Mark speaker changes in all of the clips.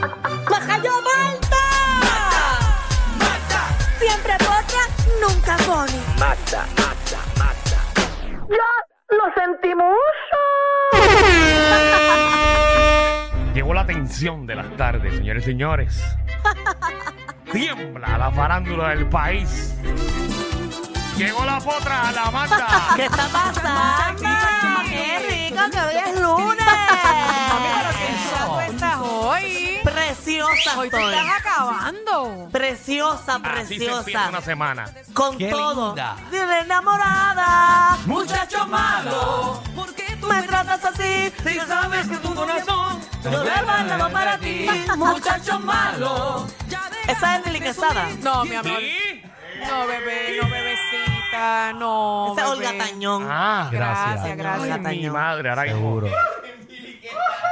Speaker 1: ¡Majayo Malta! ¡Mata! ¡Mata! Siempre potra, nunca pone.
Speaker 2: Mata, mata, mata.
Speaker 1: ¡Lo, lo sentimos!
Speaker 3: Llegó la tensión de las tardes, señores y señores. Tiembla la farándula del país. Llegó la potra, la mata.
Speaker 1: ¿Qué está pasando? ¡Qué rico que hoy es lunes!
Speaker 4: estás hoy?
Speaker 1: Preciosa
Speaker 4: Hoy te
Speaker 1: estoy.
Speaker 4: estás acabando.
Speaker 1: Preciosa,
Speaker 3: Así se empieza una
Speaker 1: preciosa.
Speaker 3: semana.
Speaker 1: Con
Speaker 5: Qué
Speaker 1: todo.
Speaker 5: linda.
Speaker 1: Dile enamorada.
Speaker 5: Muchacho malo, porque
Speaker 1: Me tratas así.
Speaker 5: si sabes que tu corazón
Speaker 1: Yo lo he guardado para ti.
Speaker 5: Muchacho malo.
Speaker 1: Esa es Nelly Quesada.
Speaker 4: No, mi amor.
Speaker 3: ¿Y?
Speaker 4: No, bebé, no, bebecita, no.
Speaker 1: Esa es Olga
Speaker 4: bebé.
Speaker 1: Tañón.
Speaker 3: Ah,
Speaker 4: Gracias, gracias.
Speaker 3: ay, mi
Speaker 1: Tañón.
Speaker 3: madre, ahora mismo.
Speaker 5: Seguro.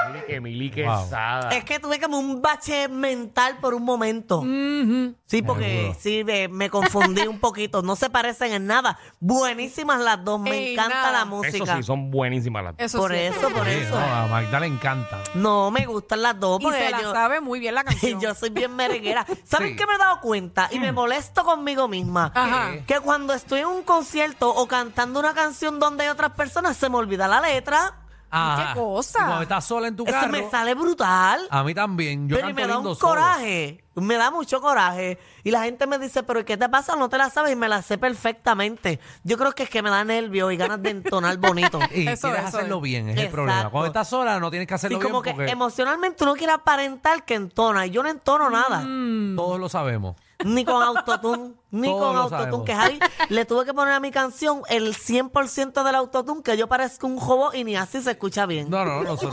Speaker 3: Mili que Mili
Speaker 5: Wow.
Speaker 3: Quesada.
Speaker 1: Es que tuve como un bache mental por un momento.
Speaker 4: Mhm.
Speaker 1: Sí, porque
Speaker 5: Seguro.
Speaker 1: sí, me, me confundí un poquito. No se parecen en nada. Buenísimas las dos. Me
Speaker 4: En
Speaker 1: encanta
Speaker 4: nada.
Speaker 1: la
Speaker 3: Eso
Speaker 1: música.
Speaker 3: sí, son buenísimas las
Speaker 4: Eso
Speaker 1: por
Speaker 4: sí.
Speaker 1: eso, por
Speaker 5: Sí,
Speaker 1: eso.
Speaker 5: no, a Magda le encanta.
Speaker 1: No, me gustan las dos.
Speaker 4: Y se
Speaker 1: Porque
Speaker 4: la
Speaker 1: yo,
Speaker 4: sabe muy bien la canción.
Speaker 1: yo soy bien merenguera. ¿Saben
Speaker 5: Sí.
Speaker 1: qué me he dado cuenta? Y me molesto conmigo misma.
Speaker 4: Ajá.
Speaker 1: Que cuando estoy en un concierto o cantando una canción donde hay otras personas, se me olvida la letra.
Speaker 5: Ajá.
Speaker 4: qué cosa?
Speaker 5: Y cuando estás sola en tu
Speaker 1: Eso
Speaker 5: carro.
Speaker 1: me sale brutal.
Speaker 5: A mí también. Yo
Speaker 1: pero y
Speaker 5: canto
Speaker 1: me da
Speaker 5: lindo
Speaker 1: un
Speaker 5: solo.
Speaker 1: coraje. Me da mucho coraje. Y la gente me dice, pero ¿y ¿qué te pasa? No te la sabes y me la sé perfectamente. Yo creo que es que me da nervios y ganas de entonar bonito.
Speaker 5: Y
Speaker 4: Eso,
Speaker 5: quieres
Speaker 4: eso
Speaker 5: hacerlo
Speaker 4: es.
Speaker 5: bien, es el
Speaker 1: Exacto.
Speaker 5: problema. Cuando estás sola no tienes que
Speaker 1: Sí,
Speaker 5: hacerlo bien
Speaker 1: como que
Speaker 5: porque
Speaker 1: emocionalmente uno quiere aparentar que entona y yo no entono
Speaker 5: Mm.
Speaker 1: nada.
Speaker 5: todos lo sabemos.
Speaker 1: Ni con autotune, ni
Speaker 5: Todos
Speaker 1: con
Speaker 5: lo
Speaker 1: autotune.
Speaker 5: sabemos.
Speaker 1: Que ahí le tuve que poner a mi canción el 100% del autotune, que yo parezco un jobo y ni así se escucha bien.
Speaker 5: No, no, nosotros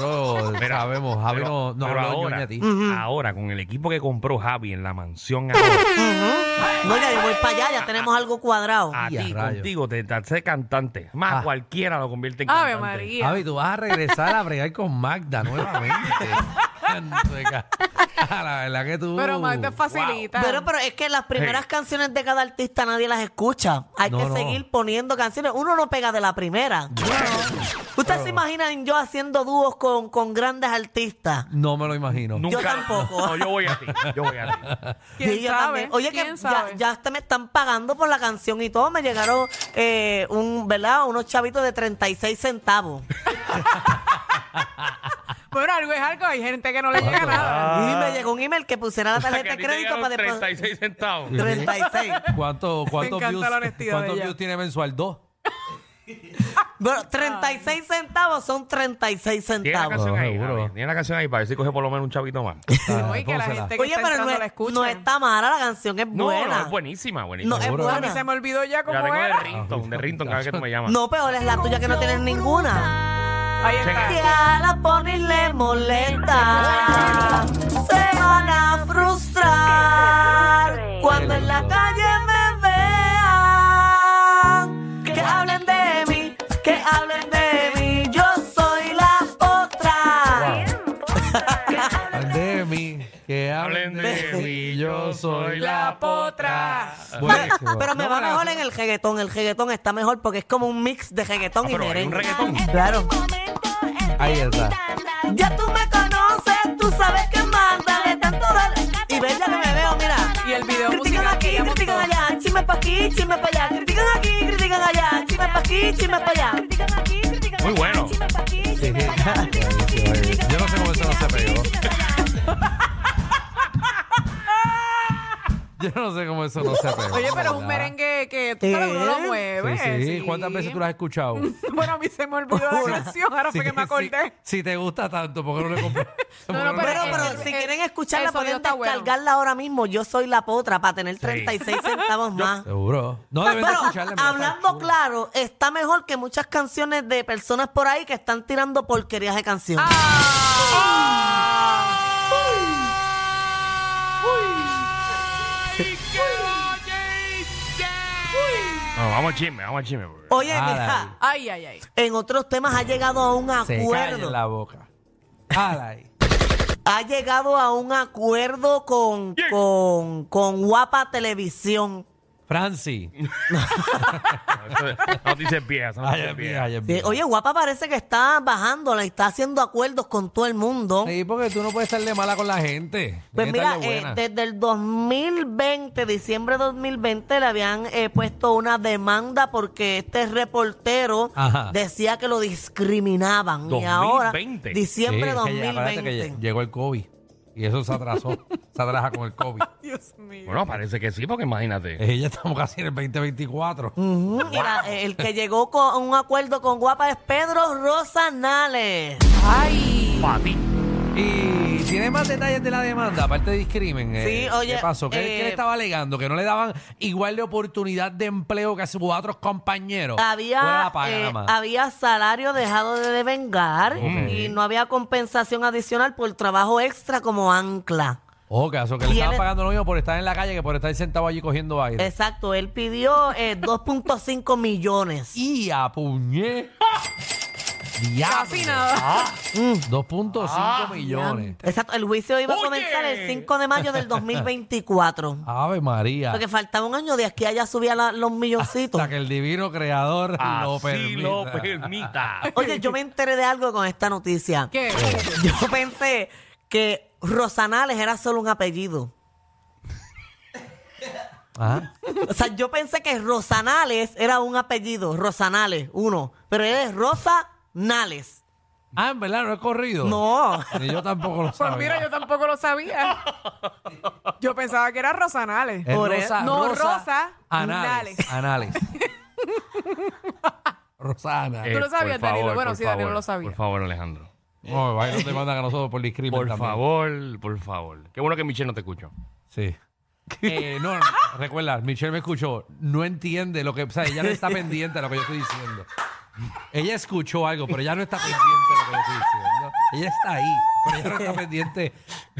Speaker 5: sabemos. Javi
Speaker 3: pero-
Speaker 5: no, no
Speaker 3: pero
Speaker 5: habló
Speaker 3: ahora,
Speaker 5: ñoña a ti.
Speaker 3: ahora, con el equipo que compró Javi en la mansión, ahora,
Speaker 1: No, ya yo voy para allá, ya tenemos algo cuadrado.
Speaker 3: a
Speaker 5: Y a
Speaker 3: ti,
Speaker 5: rayos.
Speaker 3: contigo, te te hace cantante. Más
Speaker 5: Ah.
Speaker 3: cualquiera lo convierte en
Speaker 4: Ave
Speaker 3: cantante.
Speaker 4: María.
Speaker 5: Javi, tú vas a regresar a bregar con Magda nuevamente. Anteca. la verdad que tú.
Speaker 4: Pero más te facilita.
Speaker 1: Pero, pero es que las primeras
Speaker 3: Sí.
Speaker 1: canciones de cada artista nadie las escucha. Hay
Speaker 5: No,
Speaker 1: que
Speaker 5: no.
Speaker 1: seguir poniendo canciones. Uno no pega de la primera. ¿Ustedes se imaginan yo haciendo dúos con, con grandes artistas?
Speaker 5: Wow. No me lo imagino.
Speaker 3: Nunca,
Speaker 1: Yo tampoco.
Speaker 3: No, yo voy a ti. Yo voy a ti.
Speaker 4: ¿Quién
Speaker 1: Sí, yo
Speaker 4: sabe?
Speaker 1: también. Oye, que ya,
Speaker 4: ¿Quién sabe?
Speaker 1: ya hasta me están pagando por la canción y todo. Me llegaron eh, un, ¿verdad? unos chavitos de 36 centavos.
Speaker 4: Bueno, algo es algo. Hay gente que no le llega nada.
Speaker 1: Y me llegó un email que pusiera la
Speaker 3: Que
Speaker 1: tarjeta
Speaker 3: a
Speaker 1: de
Speaker 3: ti te
Speaker 1: crédito
Speaker 3: dieron
Speaker 1: para después.
Speaker 3: 36 centavos.
Speaker 1: 36.
Speaker 5: ¿Cuánto, cuántos
Speaker 4: encanta
Speaker 5: views,
Speaker 4: la honestidad
Speaker 5: cuántos
Speaker 4: de ella.
Speaker 5: views tiene mensual? Dos.
Speaker 1: Bueno, 36 centavos son 36
Speaker 3: Tiene la
Speaker 1: centavos.
Speaker 3: canción ahí,
Speaker 5: Seguro.
Speaker 3: Javi. Tiene la canción ahí para ver si coge por lo menos un chavito más.
Speaker 4: No, y que la
Speaker 5: Ah, Pónsela.
Speaker 4: gente que
Speaker 1: Oye, Pues pero
Speaker 4: está
Speaker 1: no
Speaker 4: entrando la
Speaker 1: es,
Speaker 4: escucha.
Speaker 1: no está mala la canción, es
Speaker 3: No,
Speaker 1: buena.
Speaker 3: no, es buenísima, buenísima.
Speaker 1: No, es
Speaker 5: Seguro.
Speaker 4: A mí
Speaker 1: buena.
Speaker 4: se me olvidó ya
Speaker 3: Yo la
Speaker 4: cómo
Speaker 3: tengo de
Speaker 4: era.
Speaker 3: Rington,
Speaker 5: Ah,
Speaker 3: de Rington cada vez que tú me llamas.
Speaker 1: No, peor es la tuya que no tienes ninguna.
Speaker 4: Ahí
Speaker 1: Si
Speaker 4: está.
Speaker 1: a la pony le molesta, se van a frustrar. Cuando en la calle me vean, que hablen de mí, que hablen de mí. Yo soy la otra.
Speaker 5: Hablen de mí, que hablen de mí, yo soy la potra. Buenísimo.
Speaker 1: Pero me
Speaker 5: No,
Speaker 1: va
Speaker 5: la-
Speaker 1: mejor en el reggaetón. El reggaetón está mejor porque es como un mix de reggaetón
Speaker 3: Ah,
Speaker 1: y
Speaker 3: pero hay un
Speaker 1: merengue.
Speaker 3: reggaetón.
Speaker 1: Claro.
Speaker 5: Ahí está.
Speaker 1: Ya tú me conoces, tú sabes que manda de tanto dale. Y ves ya que me veo, mira.
Speaker 4: Y el video
Speaker 1: Critican
Speaker 4: musical que
Speaker 1: aquí,
Speaker 4: ella montó.
Speaker 1: critican allá, chisme pa' aquí, chisme pa' allá. Critican aquí, critican allá, chisme pa' aquí, chisme pa' allá.
Speaker 3: Muy bueno.
Speaker 5: Sí, sí. Buenísimo. Yo no sé cómo eso no se pegó. Yo no sé cómo eso no se pegó.
Speaker 4: Oye, pero es un
Speaker 5: ¿verdad?
Speaker 4: merengue que tú sabes, uno lo
Speaker 1: Sí,
Speaker 4: mueve.
Speaker 5: Sí, sí. ¿Cuántas veces tú lo has escuchado?
Speaker 4: Bueno, a mí se me olvidó la canción, ahora fue
Speaker 5: Sí,
Speaker 4: que me
Speaker 5: sí.
Speaker 4: acordé.
Speaker 5: Si te gusta tanto, ¿por qué no le compras? ¿Por qué
Speaker 4: no,
Speaker 5: le
Speaker 1: Pero,
Speaker 4: Pero
Speaker 1: pero
Speaker 4: el-
Speaker 1: si
Speaker 4: el-
Speaker 1: quieren
Speaker 4: el
Speaker 1: escucharla,
Speaker 4: sonido
Speaker 1: pueden
Speaker 4: está bueno.
Speaker 1: descargarla ahora mismo. Yo soy la potra para tener 36 centavos más.
Speaker 5: Seguro. No deben de
Speaker 1: Pero
Speaker 5: escucharle. mira,
Speaker 1: hablando claro, está mejor que muchas canciones de personas por ahí que están tirando porquerías de canciones.
Speaker 5: Ah.
Speaker 3: No, vamos al chisme, vamos al chisme.
Speaker 1: Oye,
Speaker 5: Ah,
Speaker 1: mira,
Speaker 4: Ay, ay, ay.
Speaker 1: en otros temas ha llegado a un
Speaker 5: Se calla en
Speaker 1: acuerdo.
Speaker 5: la boca. Jala ahí.
Speaker 1: Ha llegado a un acuerdo con,
Speaker 3: Yeah.
Speaker 1: con, con Guapa Televisión.
Speaker 5: Franci.
Speaker 3: No dices vieja, no
Speaker 5: Ay,
Speaker 3: dices
Speaker 5: es mía,
Speaker 3: vieja.
Speaker 5: ay, es
Speaker 1: Sí,
Speaker 5: mía.
Speaker 1: Oye, guapa parece que está bajándola y está haciendo acuerdos con todo el mundo.
Speaker 5: Sí, porque tú no puedes estarle mala con la gente.
Speaker 1: Pues
Speaker 5: Tienes que
Speaker 1: mira,
Speaker 5: estarle
Speaker 1: eh,
Speaker 5: buena.
Speaker 1: desde el 2020, diciembre de 2020, le habían eh, puesto una demanda porque este reportero
Speaker 5: Ajá.
Speaker 1: decía que lo discriminaban. Y
Speaker 3: 2020.
Speaker 1: ahora,
Speaker 5: Sí,
Speaker 1: diciembre
Speaker 5: es que ya- acuérdate que
Speaker 1: 2020.
Speaker 5: ya- llegó el COVID. Y eso se atrasó. se atrasa con el COVID.
Speaker 4: Dios mío.
Speaker 3: Bueno, parece que sí, porque imagínate.
Speaker 5: Eh, ya estamos casi en el 2024.
Speaker 1: Ujú, y la- eh, el que llegó con un acuerdo con guapa es Pedro Rosanales.
Speaker 4: Ay.
Speaker 3: Para ti.
Speaker 5: Y tiene más detalles de la demanda, aparte de discrimen. eh,
Speaker 1: Sí, oye,
Speaker 5: ¿Qué pasó? ¿Qué,
Speaker 1: eh,
Speaker 5: qué le estaba alegando? Que no le daban igual de oportunidad de empleo que a sus otros compañeros. Fuera
Speaker 1: Había,
Speaker 5: la paga
Speaker 1: eh,
Speaker 5: nada más.
Speaker 1: había salario dejado de devengar y no había compensación adicional por trabajo extra como ancla.
Speaker 5: Ojo, caso que le
Speaker 1: tiene-
Speaker 5: estaban pagando lo mismo por estar en la calle que por estar sentado allí cogiendo aire.
Speaker 1: Exacto, él pidió eh, 2.5 millones.
Speaker 5: Y a puñe. Diablo.
Speaker 4: Casi nada. Ah,
Speaker 5: Ah, 2.5 millones.
Speaker 1: Exacto, el juicio iba
Speaker 3: Oye.
Speaker 1: a comenzar el 5 de mayo del 2024.
Speaker 5: Ave María.
Speaker 1: Porque faltaba un año de aquí a allá subía la- los milloncitos.
Speaker 5: Hasta que el divino creador lo
Speaker 3: Así
Speaker 5: permita.
Speaker 3: lo permita.
Speaker 1: Oye, yo me enteré de algo con esta noticia.
Speaker 4: ¿Qué?
Speaker 1: Yo pensé que Rosanales era solo un apellido.
Speaker 5: Ajá.
Speaker 1: O sea, yo pensé que Rosanales era un apellido, Rosanales, uno. Pero él es Rosanales.
Speaker 5: Ah, en verdad, no he corrido.
Speaker 1: No.
Speaker 5: Ni yo tampoco lo
Speaker 4: Pues
Speaker 5: sabía.
Speaker 4: mira, yo tampoco lo sabía. Yo pensaba que era Rosanales.
Speaker 5: Es
Speaker 1: Por
Speaker 5: rosa,
Speaker 4: eso- No,
Speaker 5: rosa,
Speaker 4: rosa,
Speaker 5: Anales. Anales. Rosana.
Speaker 4: Eh, lo sabías,
Speaker 3: por
Speaker 4: Danilo?
Speaker 3: favor,
Speaker 4: Bueno,
Speaker 3: por
Speaker 4: sí, Danilo
Speaker 3: favor,
Speaker 4: lo sabía.
Speaker 3: Por favor, Alejandro.
Speaker 5: No, vaya, no te mandan a nosotros por discrimen
Speaker 3: Por
Speaker 5: también.
Speaker 3: favor, por favor. Qué bueno que Michelle no te escuchó.
Speaker 5: Sí. Eh, no, no, recuerda, Michelle me escuchó, no entiende lo que, o sea, ella no está pendiente a lo que yo estoy diciendo. Ella escuchó algo, pero ella no está pendiente a lo que yo estoy diciendo. Ella está ahí, pero ella no está pendiente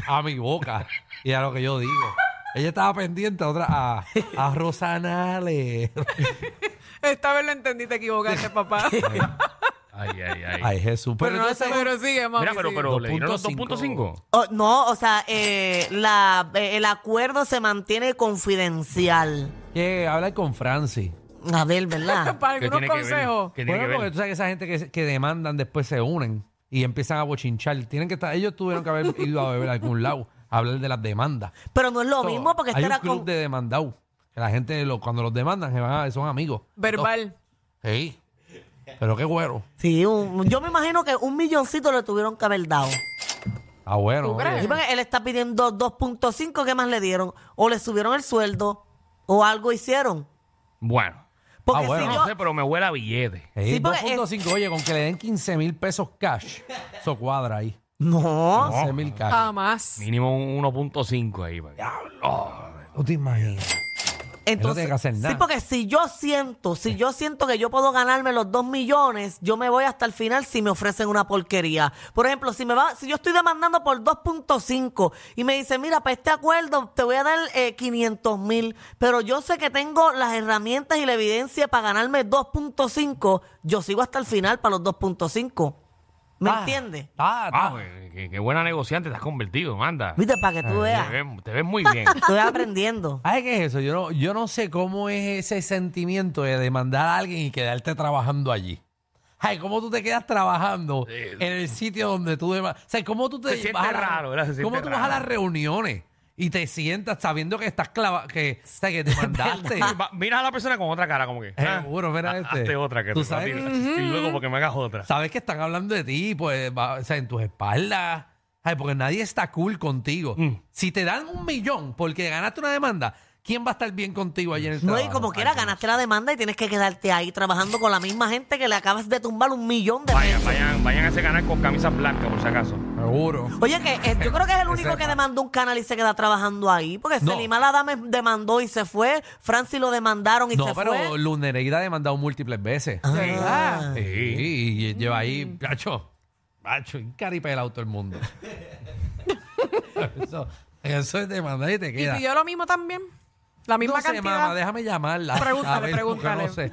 Speaker 5: a mi boca y a lo que yo digo. Ella estaba pendiente a otra, a, a Rosanale.
Speaker 4: Esta vez lo entendí, te equivocaste, papá.
Speaker 3: Ay, ay, ay.
Speaker 5: Ay, Jesús. Pero,
Speaker 4: Pero, no,
Speaker 5: entonces-
Speaker 4: pero sigue, mami.
Speaker 3: Mira, pero,
Speaker 4: sigue.
Speaker 3: pero le dieron los
Speaker 5: 2.5.
Speaker 3: 2.5.
Speaker 1: O- no, o sea, eh, la- eh, el acuerdo se mantiene confidencial.
Speaker 5: que hablar con Francis.
Speaker 1: A ver, ¿verdad?
Speaker 4: Para
Speaker 3: ¿Qué
Speaker 4: algunos
Speaker 3: tiene que ver?
Speaker 4: consejos.
Speaker 3: ¿Qué tiene
Speaker 5: Bueno,
Speaker 3: que
Speaker 5: porque
Speaker 3: ver?
Speaker 5: tú sabes que esa gente que, que demandan después se unen y empiezan a bochinchar. Tienen que estar, ellos tuvieron que haber ido a beber a algún lado a hablar de las demandas.
Speaker 1: Pero no es lo
Speaker 5: So,
Speaker 1: mismo porque
Speaker 5: Oh, hay
Speaker 1: este era
Speaker 5: un club
Speaker 1: con-
Speaker 5: de demandados. Que la gente lo- cuando los demandan se van a- son amigos.
Speaker 4: Verbal.
Speaker 5: Sí. Pero qué güero.
Speaker 1: Sí, un- yo me imagino que un milloncito le tuvieron que haber dado.
Speaker 5: Ah, bueno.
Speaker 4: ¿Tú crees?
Speaker 1: Sí, porque él está pidiendo 2.5, ¿qué más le dieron? O le subieron el sueldo, o algo hicieron.
Speaker 3: Bueno,
Speaker 1: Porque
Speaker 5: Ah, bueno,
Speaker 1: si
Speaker 3: no
Speaker 1: yo...
Speaker 3: sé, pero me huele a billete.
Speaker 5: Sí,
Speaker 1: Sí, porque es-
Speaker 5: 2.5, oye, con que le den 15 mil pesos cash, eso cuadra ahí.
Speaker 1: No, Ah.
Speaker 5: 15 mil cash.
Speaker 4: Jamás.
Speaker 3: Mínimo un 1.5 ahí. para que-
Speaker 5: No te imaginas. no tiene que hacer nada.
Speaker 1: Sí, porque si yo siento, si yo siento que yo puedo ganarme los dos millones, yo me voy hasta el final si me ofrecen una porquería. Por ejemplo, si me va, si yo estoy demandando por 2.5 y me dicen, mira, para este acuerdo te voy a dar eh, 500 mil, pero yo sé que tengo las herramientas y la evidencia para ganarme 2.5, yo sigo hasta el final para los 2.5. ¿Me
Speaker 5: Ah,
Speaker 1: entiendes?
Speaker 5: Ah,
Speaker 3: Ah,
Speaker 5: ah,
Speaker 3: güey, qué, qué buena negociante te has convertido, manda.
Speaker 1: Viste, para que tú
Speaker 3: Te
Speaker 1: veas.
Speaker 3: ves, te ves muy bien.
Speaker 1: Estoy aprendiendo.
Speaker 5: ¿Sabes qué es eso? Yo no, yo no sé cómo es ese sentimiento de demandar a alguien y quedarte trabajando allí. Ay, ¿cómo tú te quedas trabajando
Speaker 3: Sí.
Speaker 5: en el sitio donde tú demandas? O sea, ¿cómo tú te
Speaker 3: Se siente
Speaker 5: a la-
Speaker 3: raro, ¿verdad? Se siente
Speaker 5: ¿Cómo tú vas a
Speaker 3: raro.
Speaker 5: las reuniones y te sientas sabiendo que estás clava, que, o sea, que demandaste?
Speaker 3: Va- Mira a la persona con otra cara, como que. ah,
Speaker 5: Seguro, mira
Speaker 3: ha-
Speaker 5: este.
Speaker 3: Hazte otra que
Speaker 5: Tú
Speaker 3: te
Speaker 5: sabes-
Speaker 3: sabes. Y luego porque me hagas otra.
Speaker 5: Sabes que están hablando de ti, pues, va- o sea, en tus espaldas. Ay, porque nadie está cool contigo.
Speaker 1: Mm.
Speaker 5: Si te dan un millón porque ganaste una demanda, ¿quién va a estar bien contigo allí en el
Speaker 1: No, y
Speaker 5: trabajo?
Speaker 1: como quiera, ganaste la demanda y tienes que quedarte ahí trabajando con la misma gente que le acabas de tumbar un millón de
Speaker 3: Vayan,
Speaker 1: pesos.
Speaker 3: vayan, vayan a ese canal con camisas blancas, por si acaso.
Speaker 5: Seguro.
Speaker 1: Oye, que eh, yo creo que es el único que
Speaker 5: sepa.
Speaker 1: demandó un canal y se queda trabajando ahí, porque
Speaker 5: No.
Speaker 1: Selimar Adame demandó y se fue, Francis lo demandaron y
Speaker 5: No,
Speaker 1: se
Speaker 5: pero
Speaker 1: fue.
Speaker 5: Lunereida ha demandado múltiples veces.
Speaker 4: Ah. ¿Verdad?
Speaker 5: Sí,
Speaker 1: Mm.
Speaker 5: y lleva ahí, macho, macho, un caripelado todo el mundo. eso, eso es demandar y te
Speaker 4: ¿Y
Speaker 5: queda.
Speaker 4: pidió lo mismo también? La misma
Speaker 5: no sé,
Speaker 4: cantidad.
Speaker 5: mamá, déjame llamarla.
Speaker 4: Pregúntale,
Speaker 5: A ver, porque
Speaker 4: pregúntale.
Speaker 5: No sé.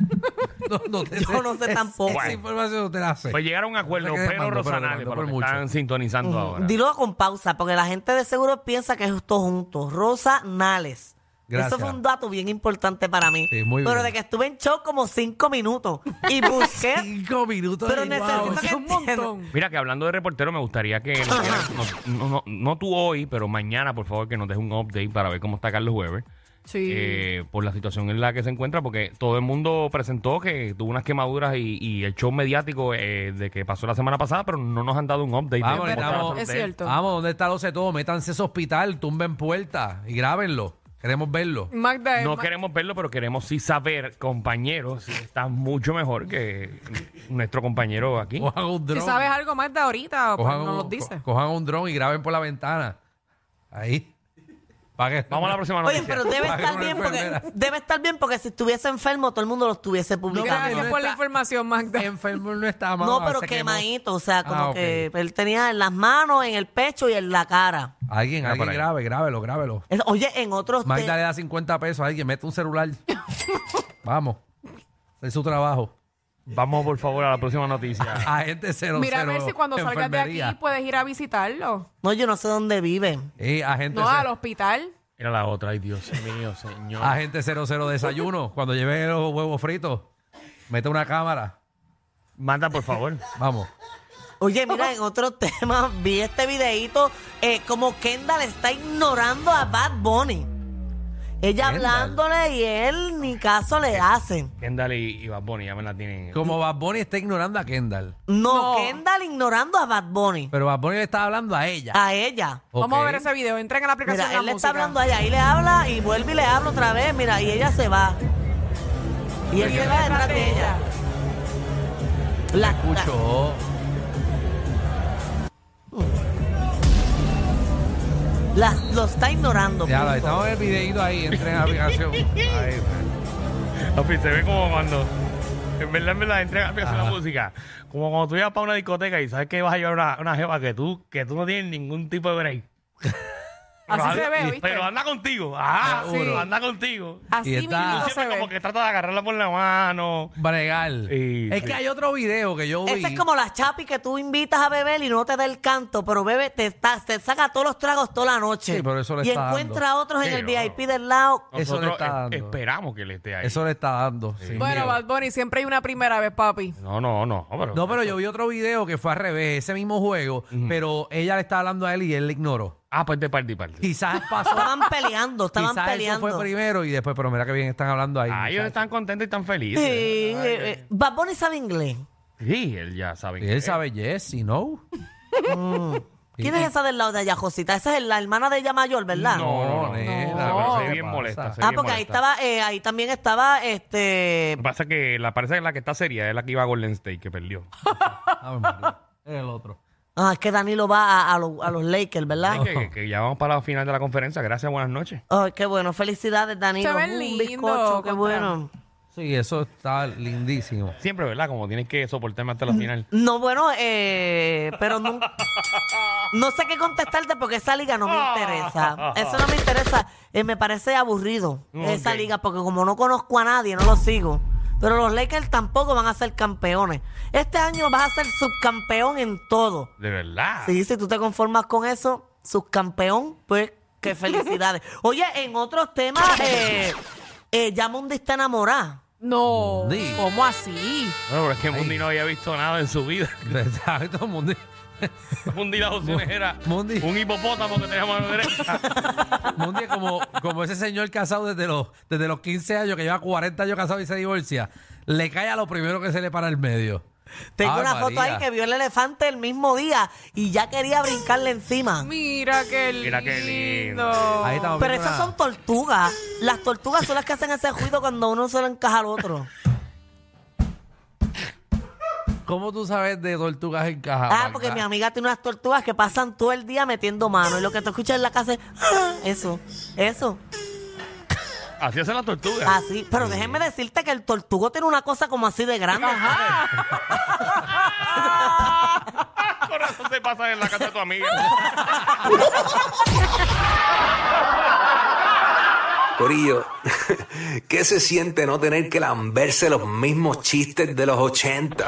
Speaker 5: No, no te
Speaker 1: Yo no sé
Speaker 5: es-
Speaker 1: tampoco.
Speaker 5: Esa
Speaker 1: Bueno.
Speaker 5: información no te la sé.
Speaker 3: Pues llegaron a un acuerdo,
Speaker 5: No sé qué
Speaker 3: pero
Speaker 5: demandó, pero
Speaker 3: Rosanales,
Speaker 5: demandó
Speaker 3: para los
Speaker 5: por
Speaker 3: que
Speaker 5: mucho.
Speaker 3: están sintonizando
Speaker 1: Mm,
Speaker 3: ahora.
Speaker 1: Dilo con pausa, porque la gente de seguro piensa que es todo junto. Rosa Nales.
Speaker 5: Gracias.
Speaker 1: Eso fue un dato bien importante para mí.
Speaker 5: Sí, muy
Speaker 1: Pero
Speaker 5: bien.
Speaker 1: de que estuve en shock como cinco minutos y busqué.
Speaker 5: Cinco minutos
Speaker 1: pero
Speaker 5: de-
Speaker 1: necesito
Speaker 5: Wow,
Speaker 1: que
Speaker 4: es un
Speaker 1: entiendan.
Speaker 4: montón.
Speaker 3: Mira, que hablando de reportero, me gustaría que. nos dieras- nos- no, no- no tú hoy, pero mañana, por favor, que nos des un update para ver cómo está Carlos Weber.
Speaker 4: Sí.
Speaker 3: eh, por la situación en la que se encuentra, porque todo el mundo presentó que tuvo unas quemaduras y, y el show mediático eh, de que pasó la semana pasada, pero no nos han dado un update. de
Speaker 5: Vamos,
Speaker 3: cómo está la
Speaker 5: estamos-
Speaker 3: salud
Speaker 4: es
Speaker 3: de él.
Speaker 4: cierto.
Speaker 5: Vamos, ¿dónde está los todo? Métanse a ese hospital, tumben puertas y grábenlo. Queremos verlo.
Speaker 4: Magda,
Speaker 3: No
Speaker 4: Ma-
Speaker 3: queremos verlo, pero queremos sí saber, compañeros, si está mucho mejor que nuestro compañero aquí.
Speaker 5: Cojan un
Speaker 4: si
Speaker 5: dron.
Speaker 4: sabes algo más de ahorita, pues
Speaker 5: cojan
Speaker 4: nos lo
Speaker 5: un-
Speaker 4: dices.
Speaker 5: co- cojan un dron y graben por la ventana. Ahí. Pa' que-
Speaker 3: Vamos a la próxima
Speaker 1: Oye,
Speaker 3: noticia.
Speaker 1: pero debe
Speaker 5: Pague
Speaker 1: estar
Speaker 5: una
Speaker 1: bien porque
Speaker 5: enfermera.
Speaker 1: debe estar bien porque si estuviese enfermo todo el mundo lo estuviese publicando.
Speaker 4: Gracias
Speaker 5: ¿dónde
Speaker 4: por la
Speaker 5: está?
Speaker 4: información, Magda.
Speaker 3: Eh,
Speaker 5: Enfermo no está mal.
Speaker 1: No, pero quemadito, o sea, como
Speaker 5: Ah, ok.
Speaker 1: que él tenía en las manos, en el pecho y en la cara.
Speaker 5: Alguien,
Speaker 3: Ah, por
Speaker 5: alguien
Speaker 3: ahí.
Speaker 5: grabe, grábelo, grábelo.
Speaker 1: Es- Oye, en otros te-
Speaker 5: Magda le da 50 pesos a alguien, mete un celular. Vamos. Es su trabajo.
Speaker 3: Vamos, por favor, a la próxima noticia.
Speaker 5: Agente 00.
Speaker 4: Mira a ver si cuando salgas de aquí pues,
Speaker 5: enfermería.
Speaker 4: puedes ir a visitarlo.
Speaker 1: No, yo no sé dónde vive.
Speaker 5: Eh, agente,
Speaker 4: No, al
Speaker 5: ce-
Speaker 4: hospital.
Speaker 3: Era la otra, ay Dios mío, señor.
Speaker 5: agente 00 desayuno. cuando lleve los huevos fritos, mete una cámara.
Speaker 3: Manda, por favor.
Speaker 5: Vamos.
Speaker 1: Oye, mira, en otros temas vi este videito eh, como Kendall está ignorando a Bad Bunny. Ella
Speaker 5: Kendall. Eh.
Speaker 1: hablándole y él ni caso le hace.
Speaker 3: Kendall y, y Bad Bunny ya me la tienen.
Speaker 5: Como Bad Bunny está ignorando a Kendall.
Speaker 1: No,
Speaker 4: No.
Speaker 1: Kendall ignorando a Bad Bunny.
Speaker 5: Pero Bad Bunny le está hablando a ella.
Speaker 1: A ella.
Speaker 4: Ah, Vamos a
Speaker 5: Ok.
Speaker 4: ver ese video. Entren a la aplicación
Speaker 1: Mira,
Speaker 4: de la
Speaker 1: él le está
Speaker 4: música.
Speaker 1: hablando a ella y le habla y vuelve y le habla otra vez, mira, y ella se va. Y él
Speaker 4: Y
Speaker 1: se
Speaker 4: él
Speaker 1: va detrás de ella. La, la-
Speaker 5: Escucho.
Speaker 1: la- lo está ignorando.
Speaker 5: Ya lo
Speaker 1: punto.
Speaker 5: estamos en el videíto ahí, entren a la aplicación. Ahí.
Speaker 3: Papi, se ve como cuando. En verdad, en verdad, entrega empieza la música. Como cuando tú llegas para una discoteca y sabes que vas a llevar una, una jeva que tú, que tú no tienes ningún tipo de break. Pero
Speaker 4: Así se
Speaker 3: anda-
Speaker 4: ve,
Speaker 3: y-
Speaker 4: ¿viste?
Speaker 3: Pero anda contigo. Ah,
Speaker 5: Seguro.
Speaker 3: anda contigo.
Speaker 4: Así
Speaker 5: Y está-
Speaker 4: mismo
Speaker 5: No
Speaker 3: Siempre
Speaker 4: se ve.
Speaker 3: como que trata de agarrarla por la mano.
Speaker 5: Bregar.
Speaker 3: Sí,
Speaker 5: es
Speaker 3: sí.
Speaker 5: que hay otro video que yo vi.
Speaker 1: Esa es como la chapi que tú invitas a beber y no te da el canto, pero bebe te, está- te saca todos los tragos toda la noche.
Speaker 5: Sí, pero eso le
Speaker 1: y
Speaker 5: está
Speaker 1: encuentra a otros en
Speaker 3: Sí,
Speaker 1: el
Speaker 3: claro.
Speaker 1: VIP del lado.
Speaker 5: Eso
Speaker 3: Nosotros
Speaker 5: le está
Speaker 3: es-
Speaker 5: dando.
Speaker 3: esperamos que le esté ahí.
Speaker 5: Eso le está dando. sin
Speaker 4: Bueno,
Speaker 5: miedo.
Speaker 4: Bad Bunny, siempre hay una primera vez, papi.
Speaker 3: No, no, no. Pero,
Speaker 5: No, pero yo vi otro video que fue al revés, ese mismo juego, pero ella le estaba hablando a él y él le ignoró.
Speaker 3: Ah, parte, parte, parte.
Speaker 5: Quizás pasó.
Speaker 1: Estaban peleando, estaban
Speaker 5: quizás
Speaker 1: peleando.
Speaker 5: eso fue primero y después, pero mira que bien están hablando ahí.
Speaker 3: Ah, ellos
Speaker 5: muchachos.
Speaker 3: están contentos y están
Speaker 1: Sí,
Speaker 3: felices.
Speaker 1: eh, eh, Bad Bunny sabe inglés.
Speaker 3: Sí, él ya sabe.
Speaker 5: Y él sabe yes y no.
Speaker 1: ¿Quién es esa del lado de allá, Josita? Esa es la hermana de ella mayor, ¿verdad?
Speaker 3: No, no, no.
Speaker 5: nena,
Speaker 3: Pero se
Speaker 5: ¿qué
Speaker 3: ve bien
Speaker 5: pasa?
Speaker 3: molesta. se ve
Speaker 1: ah,
Speaker 3: bien
Speaker 1: porque ahí
Speaker 3: molesta.
Speaker 1: estaba, eh, ahí también estaba este
Speaker 3: Lo que pasa es que la parece que la que está seria es la que iba a Golden State, que perdió.
Speaker 5: Ave María. Era Ah, el otro.
Speaker 1: Ah, es que Danilo va a, a lo- a los Lakers,
Speaker 3: Ay,
Speaker 1: ¿verdad?
Speaker 3: que, que- que ya vamos para la final de la conferencia. Gracias, buenas noches.
Speaker 1: Ay, qué bueno. Felicidades, Danilo.
Speaker 4: Se ven
Speaker 1: Un
Speaker 4: lindo,
Speaker 1: bizcocho, qué
Speaker 4: contra.
Speaker 1: bueno.
Speaker 5: Sí, eso está lindísimo.
Speaker 3: Siempre, ¿verdad? Como tienes que soportarme hasta la final.
Speaker 1: No, bueno, eh, pero no, no sé qué contestarte porque esa liga no me interesa. Eso no me interesa. Eh, me parece aburrido esa
Speaker 3: Ok.
Speaker 1: liga porque como no conozco a nadie, no lo sigo. Pero los Lakers tampoco van a ser campeones. Este año vas a ser subcampeón en todo.
Speaker 3: De verdad.
Speaker 1: Sí, si tú te conformas con eso, subcampeón, pues qué felicidades. Oye, en otros temas, eh, eh, Yamundi está enamorada.
Speaker 4: No.
Speaker 5: Sí.
Speaker 4: ¿Cómo así?
Speaker 3: Bueno, pero es que Mundi no había visto nada en su vida.
Speaker 5: Exacto, Mundi.
Speaker 3: Mundi las opciones era
Speaker 5: Mundi.
Speaker 3: un hipopótamo que tenía mano derecha.
Speaker 5: Mundi es como, como ese señor casado desde los, desde los 15 años, que lleva 40 años casado y se divorcia. Le cae a lo primero que se le para el medio.
Speaker 1: Tengo
Speaker 5: Ave
Speaker 1: una foto
Speaker 5: María.
Speaker 1: ahí que vio el elefante el mismo día y ya quería brincarle encima.
Speaker 4: Mira qué lindo.
Speaker 3: Mira qué lindo.
Speaker 5: Ahí estamos
Speaker 1: Pero
Speaker 5: viendo
Speaker 1: esas
Speaker 5: una-
Speaker 1: son tortugas. Las tortugas son las que hacen ese ruido cuando uno se lo encaja al otro.
Speaker 5: ¿Cómo tú sabes de tortugas en caja?
Speaker 1: Ah, porque mi amiga tiene unas tortugas que pasan todo el día metiendo mano y lo que te escuchas en la casa es "Ah", eso, eso.
Speaker 3: Así hace la tortuga.
Speaker 1: Así, pero déjeme decirte que el tortugo tiene una cosa como así de grande.
Speaker 3: Por eso se pasa en la casa de tu amiga.
Speaker 2: Corillo, ¿qué se siente no tener que lamberse los mismos chistes de los 80?